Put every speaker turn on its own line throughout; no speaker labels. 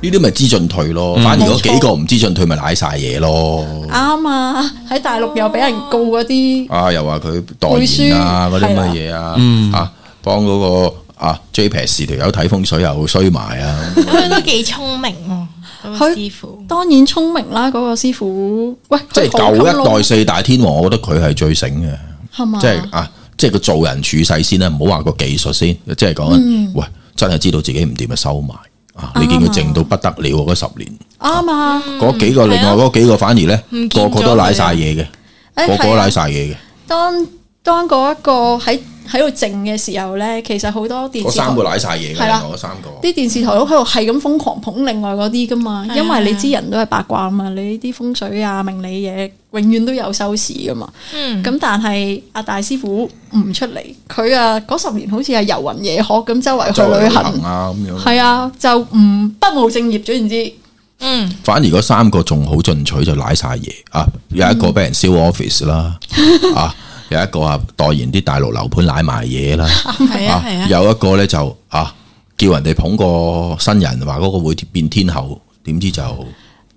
呢啲咪知進退咯。
嗯
反而嗰幾個唔知進退咪舐晒嘢咯。
啱啊！喺大陸又俾人告嗰啲，
啊，又話佢代言啊，
背
嗰
書
啲乜嘢啊，
嗯
啊，幫嗰個啊 JPEX 條友睇風水又衰埋啊，
咁樣都幾聰明喎，嗰個
佢
師傅。
當然聰明啦。嗰個師傅，喂，
即係
佢好
舊一
咁
代
撈
四大天王，我覺得佢係最醒嘅。
係嘛？
即係啊，即係佢做人處世先啦，唔好話個技術先，即係講緊
嗯
喂，真係知道自己唔掂咪收埋啊！你見佢靜到不得了嗰十年，
啱啊！
嗰幾個另外嗰幾個反而咧
唔見，咗
個個都舐晒嘢嘅，
誒
嗯個個都
係啊
舐晒嘢嘅，
當當嗰一個喺喺度靜嘅時候咧，其實好多電
嗰
視台
三個舐晒嘢嘅，
係啦
另外嗰三個。
啲電視台都喺度係咁瘋狂捧另外嗰啲噶嘛，
係啊
因為你知人都係八卦啊嘛，你呢啲風水啊命理嘢永遠都有收視噶嘛。
嗯，
咁但係阿大師傅唔出嚟，佢啊嗰十年好似係遊魂野鶴咁周圍去
周圍
旅
行
行，
啊咁樣，
係啊就唔不務正業，總言之
嗯，
反而嗰三個仲好進取，就舐晒嘢啊！有一個俾人燒 office 啦，
嗯
啊，有一個啊代言啲大陸樓盤舐埋嘢啦。
係啊
啊，
係啊，
有一個咧就啊，叫人哋捧個新人，話嗰個會變天后，點知就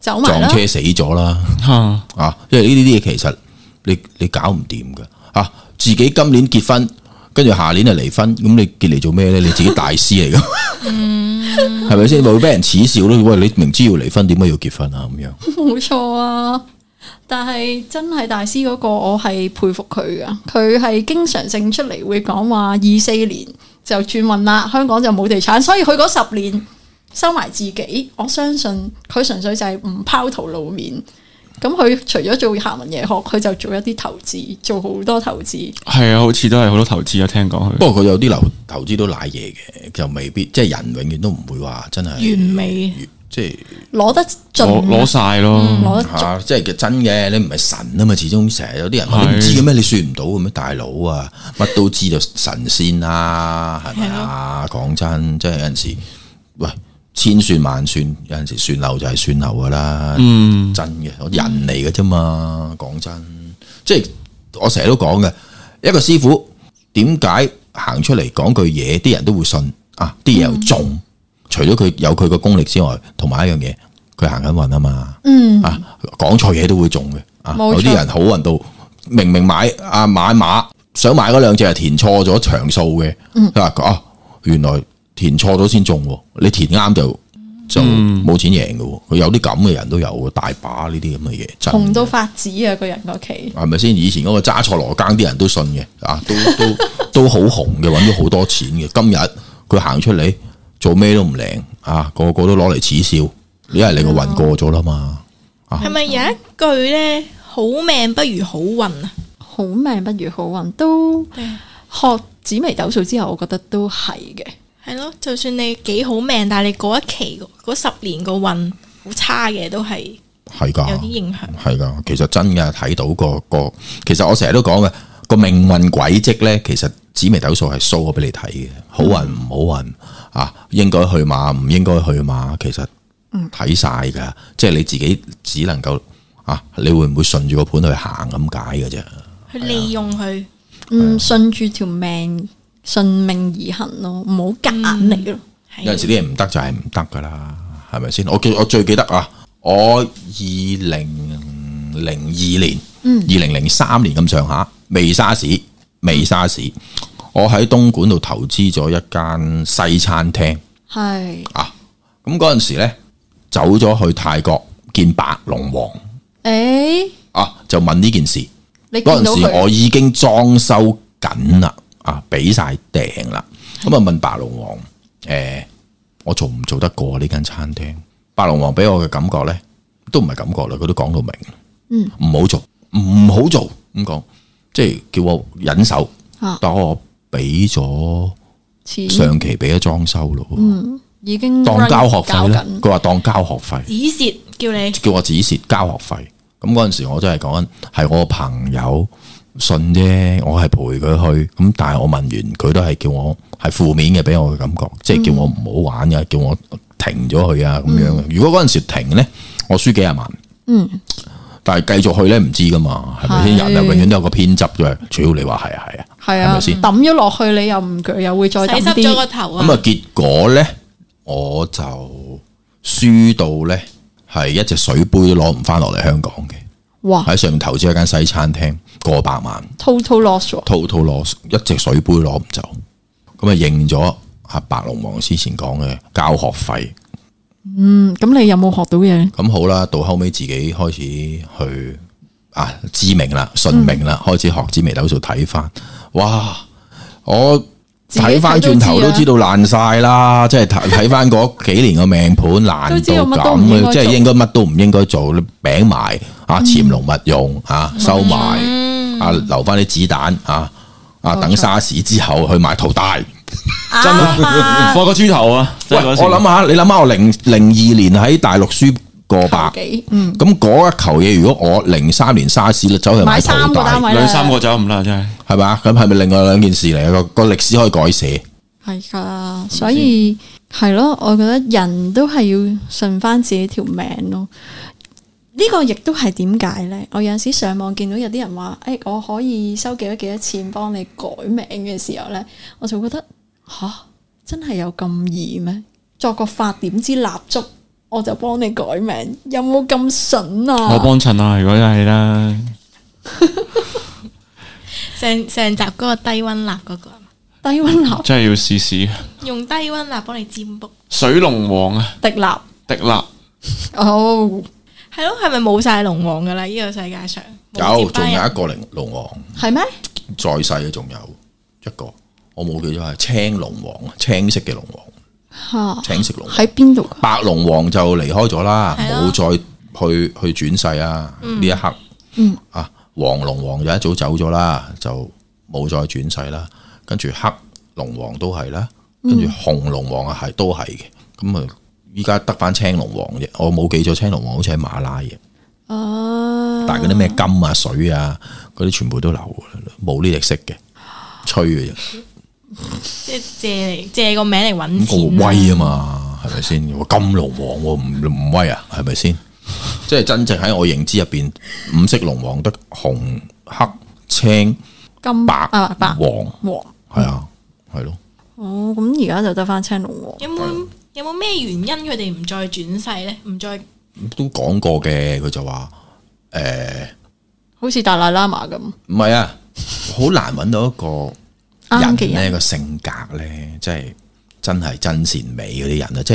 走埋
撞
啦。
車死咗啦！
吓，
啊，因為呢啲嘢其實你你搞唔掂噶啊，自己今年結婚，跟住下年就離婚，咁你結嚟做咩咧？你自己大師嚟噶，係咪先？咪會俾人恥笑咯？喂，你明知要離婚，點解要結婚啊？咁樣
冇錯啊！但係真係大師嗰個，我係佩服佢噶。佢係經常性出嚟會講話，二四年就轉運啦，香港就冇地產，所以佢嗰十年收埋自己。我相信佢純粹就係唔拋頭露面。咁佢除咗做行文嘢學，佢就做一啲投資，做好多投資。
係啊，好似都係好多投資啊，聽講佢。
不過佢有啲投投資都賴嘢嘅，就未必即係人永遠都唔會話真係
完美，
即係。
攞得盡
攞攞嗯
啊，
晒咯，
攞得
吓、即係真嘅，你唔係神啊嘛，始終成日有啲人話
係
你唔知嘅咩，你算唔到嘅咩，大佬 啊，乜都知就神仙啦，係咪啊？講真，即係有陣時，喂，千算萬算，有陣時算漏就係算漏噶啦，
嗯，
真嘅，我人嚟嘅啫嘛，講真，即係我成日都講嘅，一個師傅點解行出嚟講句嘢，啲人都會信啊，啲嘢又中，
嗯
除咗佢有佢個功力之外，同埋一樣嘢，佢行緊運啊嘛。
嗯，
啊，講錯嘢都會中嘅。啊，
冇錯
有啲人好運到，明明買啊買馬，想買嗰兩隻係填錯咗場數嘅。
嗯
佢話、啊，原來填錯咗先中喎，你填啱就就
嗯
冇錢贏嘅喎。佢有啲咁嘅人都有喎，大把呢啲咁嘅嘢，真
紅到
嘅。
發紫啊！個人個期
係咪先？以前嗰個揸錯羅庚啲人都信嘅，啊，都都 都好紅嘅，揾咗好多錢嘅。今日佢行出嚟做咩都唔靈，啊，個個都攞嚟恥笑，因為你個運過咗啦嘛。啊
係咪有一句咧？好命不如好運啊！
好命不如好運，都學紫微斗數之後，我覺得都係嘅。
啊
係咯，就算你幾好命，但係你嗰一期嗰十年個運好差嘅，都係
係㗎，
有啲影響。
係噶，其實真嘅睇到個個，其實我成日都講嘅個命運軌跡咧，其實紫微斗數係 show 咗俾你睇嘅，好運唔好運啊，應該去馬唔應該去馬，其實睇晒噶，即係你自己只能夠啊，你會唔會順住個盤去行咁解嘅啫？
去利用佢，
嗯，順住條命，順命而行咯，唔好夾硬嚟咯。
有
係
陣時啲嘢唔得就係唔得噶啦，係咪先？我記我最記得啊，我二零零二年，二零零三年咁上下，未沙士，未沙士，我喺東莞度投資咗一間西餐廳
係
啊，咁嗰陣時咧走咗去泰國見白龍王
誒，
啊，就問呢件事。
你
嗰陣
見到
時我
佢
已經裝修緊啦，啊，俾晒訂啦。咁啊問白龍王，誒、我做唔做得過呢間餐廳？白龍王俾我嘅感覺咧，都唔係感覺啦，佢都講到明，嗯，唔好做，唔好做，咁講，即係叫我忍手，
啊
但我俾咗
錢
上期俾咗裝修咯，
嗯已經
當交學
搞
費啦，
緊，
佢話當交學費。
止蝕叫你
叫我止蝕交學費。咁嗰陣時我真係講緊係我個朋友信啫，我係陪佢去。咁但係我問完佢都係叫我係負面嘅，俾我嘅感覺，即係叫我唔好玩啊，叫我停咗佢啊咁樣。如果嗰陣時停呢，我輸幾廿萬。
嗯，
但係繼續去呢，唔知噶嘛，係咪先？
係
人啊，永遠都有個偏執嘅。主要你話係啊係啊，
係
係
啊，
咪先
抌咗落去你又唔鋸，又會再
洗
抌
啊
濕咗個啊
啲。
頭
咁
啊！
啊結果呢，我就輸到呢，係一隻水杯都攞唔翻落嚟香港嘅，
哇
喺上面投資一間西餐廳，過百萬。
，total loss 喎，
套套攞一隻水杯攞唔走，咁啊應咗阿白龍王之前講嘅交學費。
嗯，咁你有冇學到嘢呢？
咁好啦，到後尾自己開始去啊知名啦、信命啦，
嗯
開始學紫微斗數睇翻，哇！我
己睇
睇翻轉頭
都知啊
都知道爛晒啦，即係睇睇翻嗰幾年個命盤
都知
爛
道乜
到
都唔應
咁
該做嗯
嘅，即係應該乜都唔應該做，你餅埋啊，潛龍勿用啊，收埋啊，留翻啲子彈啊啊，等沙士之後去買淘大。
真
嗯
啊，放個豬頭啊！
喂，
真係
我
嗰時
諗下，你諗下，我零零二年喺大陸輸過百
求。幾？嗯，
咁嗰一球嘢，如果我零三年沙士走去
買
買
三
淘
個單
大，
位啦，
兩三個走唔啦，真係。
啊
係嘛？咁係咪另外兩件事嚟？啊個個歷史可以改寫。
係噶，所以係咯，我覺得人都係要順翻自己條命咯。呢、個亦都係點解呢？我有陣時上網見到有啲人話，誒、我可以收幾多幾多錢幫你改名嘅時候呢，我就覺得吓，真係有咁易咩？作個發點支蠟燭，我就幫你改名，有冇咁筍啊？
我幫襯啊，如果真係啦，
成成集嗰個低温蠟嗰個，
低温蠟、
真係要試試
用低温蠟幫你占卜，
水龍王啊，
滴 蠟，
迪立
哦，
係咯，係咪冇晒龍王噶啦？呢個世界上
有，
冇接
仲
班人
有一個零龍王
係咩？
在世嘅，仲有一個，我冇記錯係青龍王，啊青色嘅龍王，
嚇
青色龍王。
喺邊度㗎？
白龍王就離開咗啦，
係咯
冇
嗯
再去去轉世啊！呢一刻，啊黃龍王就一早走咗啦，就冇再轉世啦。跟住黑龍王都係啦，
嗯
跟住紅龍王啊係都係嘅。咁啊，依家得翻青龍王啫，我冇記錯青龍王好似喺馬拉嘅，
啊
哦、
但係嗰啲咩金啊、水啊嗰啲全部都流㗎啦，冇呢隻色嘅，吹嘅啫。
即係借嚟借個名嚟揾
咁
錢
我
啊，
威啊嘛，係咪先？我金龍王我唔唔威啊，係咪先？即係真正喺我認知入邊，五色龍王得紅、黑、青、
金
白、
啊白
黃，
黃。
係啊，係咯。
哦，咁而家就得翻青龍喎。
有冇有冇咩原因佢哋唔再轉世咧？唔再
都講過嘅，佢就話誒，
好似達賴喇嘛咁。
唔係啊，好難揾到一個
啱嘅
人咧個性格咧，即係真係真善美嗰啲人啊，即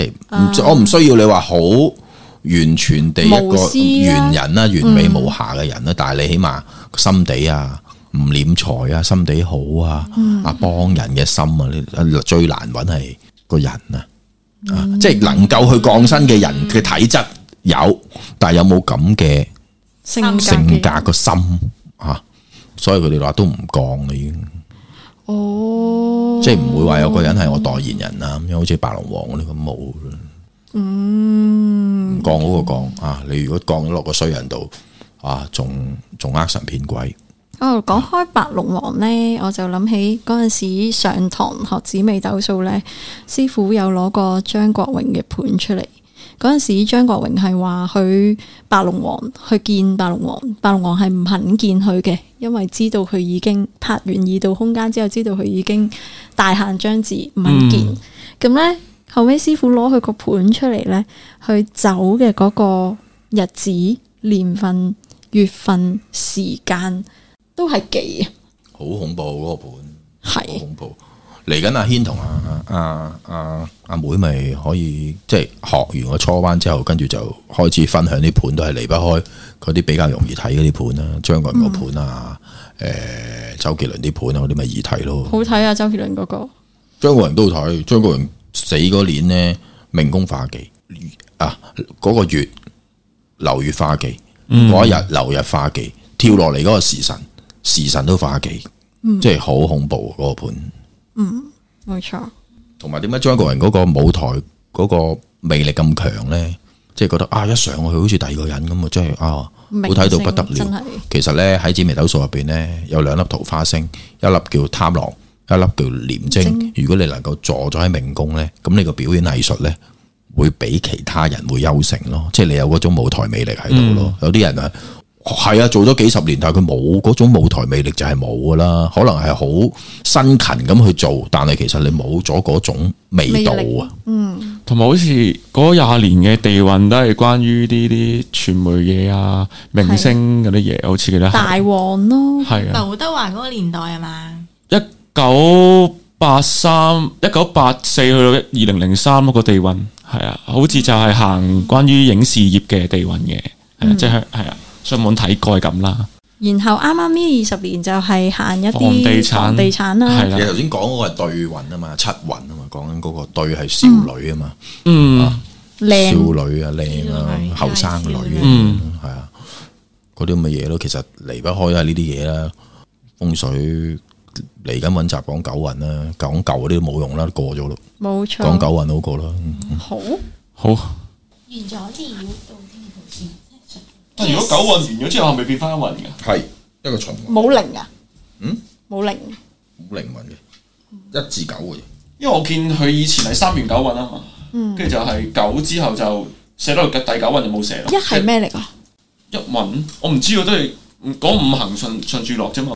係唔我唔需要你話好完全地一
無
個
私啊
完人啦、完美無瑕嘅人啦，啊但係你起碼心地啊。唔斂財啊，心地好啊，
嗯
啊幫人嘅心啊，呢最難揾係個人啊，啊
嗯
即係能夠去降生嘅人嘅體質有，但係有冇咁嘅
性格
性
嘅
格個心啊？所以佢哋話都唔降啦，已經。
哦，
即係唔會話有個人係我代言人啊，咁樣好似白龍王嗰啲咁冇啦。嗯，降好過降啊！你如果降咗落個衰人度啊，仲仲呃神騙鬼，
哦，講開白龍王呢，我就諗起嗰陣時上堂學紫微斗數呢，師傅有攞過張國榮嘅盤出嚟。嗰陣時張國榮係話佢白龍王去見白龍王，白龍王係唔肯見佢嘅，因為知道佢已經拍完《二度空間》之後，知道佢已經大限將至，唔肯見。咁呢，後尾師傅攞佢個盤出嚟呢，佢走嘅嗰個日子、年份、月份、時間都係幾
好恐怖嗰個盤，好
係
恐怖。哎嚟緊阿軒同阿阿阿阿妹咪可以即係學完個初班之後，跟住就開始分享啲盤，都係離不開嗰啲比較容易睇嗰啲盤啦，張國榮個盤啊，誒、周杰倫啲盤啊，嗰啲咪易睇咯。
好睇啊！周杰倫嗰個
張國榮都好睇，張國榮死嗰年呢，命宮化忌啊，嗰、個月流月化忌，嗰、一日流日化忌，跳落嚟嗰個時辰，時辰都化忌，即係好恐怖嗰、個盤。
冇錯，
同埋點解張國榮嗰個舞台嗰個魅力咁強呢？即係覺得啊，一上去好似第二個人咁啊，真係啊，好
明
睇到不得
星真係
了。其實呢，喺紫微斗數入邊呢，有兩粒桃花星，一粒叫貪狼，一粒叫廉
精
貞。如果你能夠坐咗喺命宮呢，咁你個表演藝術呢，會比其他人會優勝咯。即係你有嗰種舞台魅力喺度咯。有啲人啊，係啊，做咗幾十年，但係佢冇嗰種舞台魅力就係冇噶啦。可能係好辛勤咁去做，但係其實你冇咗嗰種味道
魅力
啊。
同埋好似嗰廿年嘅地運都係關於呢啲傳媒嘢啊、明星嗰啲嘢，好似記得係
大王咯，
係啊，
劉德華嗰個年代啊嘛，
一九八三、一九八四去到二零零三嗰個地運係啊，好似就係行關於影視業嘅地運嘅，係
嗯
啊，即係係啊，上網睇蓋咁啦，
然後啱啱呢二十年就係行一
房地
啲
產
房地產啦
係，啦
你，頭先講嗰個係對運啊嘛，七運啊嘛，講緊嗰個對係少女啊嘛，
嗯。
少
靚
女啊靚啊
少女
後生女啊，
嗯
係啊，嗰啲咁嘅嘢咯，其實離不開都係呢啲嘢啦，風水嚟緊揾集講九運啦，講舊嗰啲都冇用啦，過咗咯，
冇
講九
錯，
運好過啦。嗯
好
好。
完咗了到呢度先。
但如果九運完咗之後，係咪變翻一運㗎？
係一個循環，
冇零啊，
嗯，
冇零，
冇靈魂嘅，一至九嘅啫。
因為我見佢以前係三元九運啊嘛，
嗯
跟住就係九之後就寫到第九運就冇寫啦。
一係咩嚟噶？
一運？我唔知喎，都係唔講五行順順住落啫嘛。